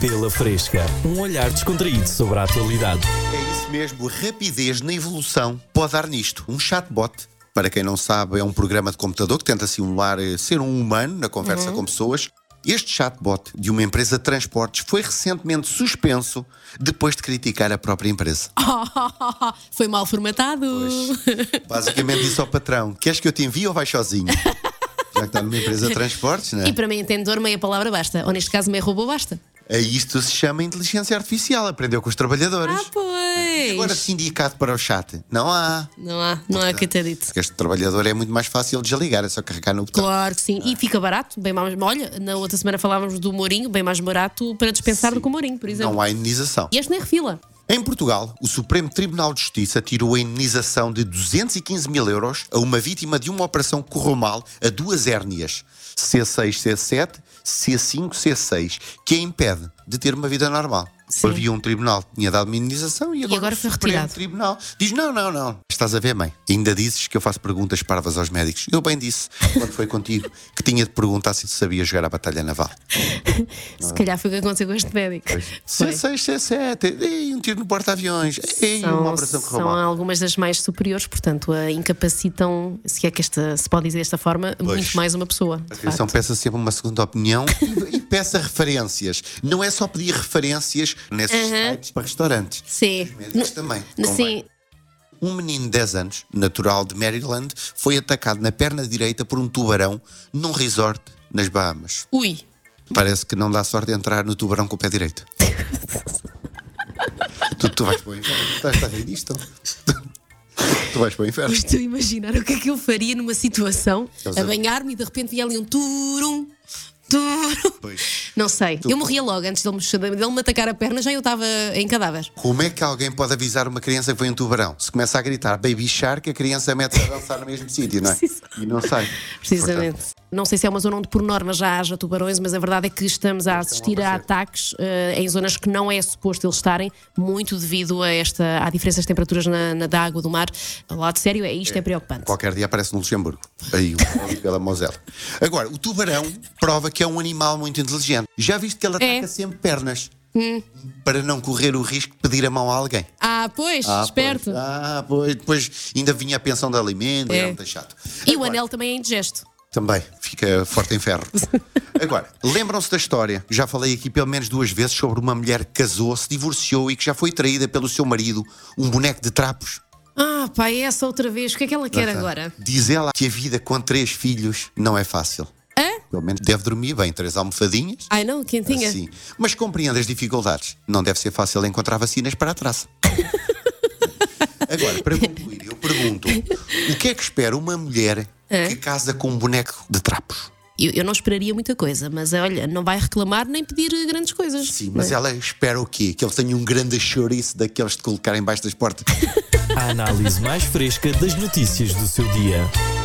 Pela Fresca, um olhar descontraído sobre a atualidade. É isso mesmo, rapidez na evolução pode dar nisto. Um chatbot, para quem não sabe, é um programa de computador que tenta simular eh, ser um humano na conversa Uhum. com pessoas. Este chatbot de uma empresa de transportes foi recentemente suspenso depois de criticar a própria empresa. Foi mal formatado. Basicamente disse ao patrão: Queres que eu te envie ou vais sozinho? Já que está numa empresa de transportes, né? E para mim, entendedor, meia palavra basta. Ou neste caso, meia robô basta. A isto se chama inteligência artificial, aprendeu com os trabalhadores. Ah, pois. Agora sindicato para o chat. Não há. Não há, não há que ter dito. Porque este trabalhador é muito mais fácil desligar, é só carregar no botão. Claro que sim. E fica barato, bem mais. Olha, na outra semana falávamos do Mourinho, bem mais barato para dispensar do que o Mourinho, por exemplo. Não há indenização. E este nem refila. Em Portugal, o Supremo Tribunal de Justiça tirou a indenização de 215 mil euros a uma vítima de uma operação que correu mal a duas hérnias, C6, C7, C5, C6, que a impede de ter uma vida normal. Sim. Havia um tribunal que tinha dado uma indenização e agora, agora o foi Supremo retirado. Tribunal diz: não, não, não. Estás a ver, mãe? Ainda dizes que eu faço perguntas parvas aos médicos. Eu bem disse, quando foi contigo, que tinha de perguntar se tu sabia jogar a batalha naval. Se calhar foi o que aconteceu com este médico. Foi. C6, C7, ei, um tiro no porta-aviões, ei, uma São, operação que são correu mal. algumas das mais superiores, portanto, a incapacitam, se é que esta, se pode dizer desta forma, muito mais uma pessoa. de Atenção, facto. peça sempre uma segunda opinião e, e peça referências. Não é só pedir referências nesses Aham. sites para restaurantes. Sim. Os médicos também. convém. Sim, Um menino de 10 anos, natural de Maryland, foi atacado na perna direita por um tubarão num resort nas Bahamas. ui. Parece que não dá sorte de entrar no tubarão com o pé direito. tu, tu vais para o inferno. Estás a rir disto? Tu vais para o inferno. Estou a imaginar o que é que eu faria numa situação Eles a a- banhar-me e de repente vinha ali um turum, turum. Pois. Não sei, eu morria logo antes dele me, dele me atacar a perna, já eu estava em cadáver. Como é que alguém pode avisar uma criança que foi um tubarão? Se começa a gritar Baby Shark, a criança mete-se a dançar no mesmo sítio, não é? Preciso. E não sai. Precisamente. Não sei se é uma zona onde por norma já haja tubarões, mas a verdade é que estamos a assistir a ataques eh, em zonas que não é suposto eles estarem, muito devido a esta, à diferença de temperaturas na, na da água do mar. Lá de sério, é isto é, preocupante. Qualquer dia aparece no Luxemburgo. Aí, o pela Mosela. Agora, o tubarão prova que é um animal muito inteligente. Já viste que ele ataca É. Hum. sempre pernas para não correr o risco de pedir a mão a alguém. Ah, pois, Ah, esperto. Pois, ah, pois. Depois ainda vinha a pensão de alimento, É. era muito chato. E o Agora- anel também é indigesto. Também, fica forte em ferro. Agora, lembram-se da história? Já falei aqui pelo menos duas vezes sobre uma mulher que casou, se divorciou e que já foi traída pelo seu marido, um boneco de trapos. Ah, pá, é essa outra vez. O que é que ela quer agora? Diz ela que a vida com três filhos não é fácil. Hã? Pelo menos deve dormir bem, três almofadinhas. Ai não, quentinha. Assim. Mas compreende as dificuldades. Não deve ser fácil encontrar vacinas para a traça. Agora, para concluir, eu pergunto: o que é que espera uma mulher que casa com um boneco de trapos? Eu, eu não esperaria muita coisa, mas olha, não vai reclamar nem pedir eh, grandes coisas. Sim, mas ela espera o quê? Que ele tenha um grande chouriço daqueles de colocar embaixo das portas. A análise mais fresca das notícias do seu dia.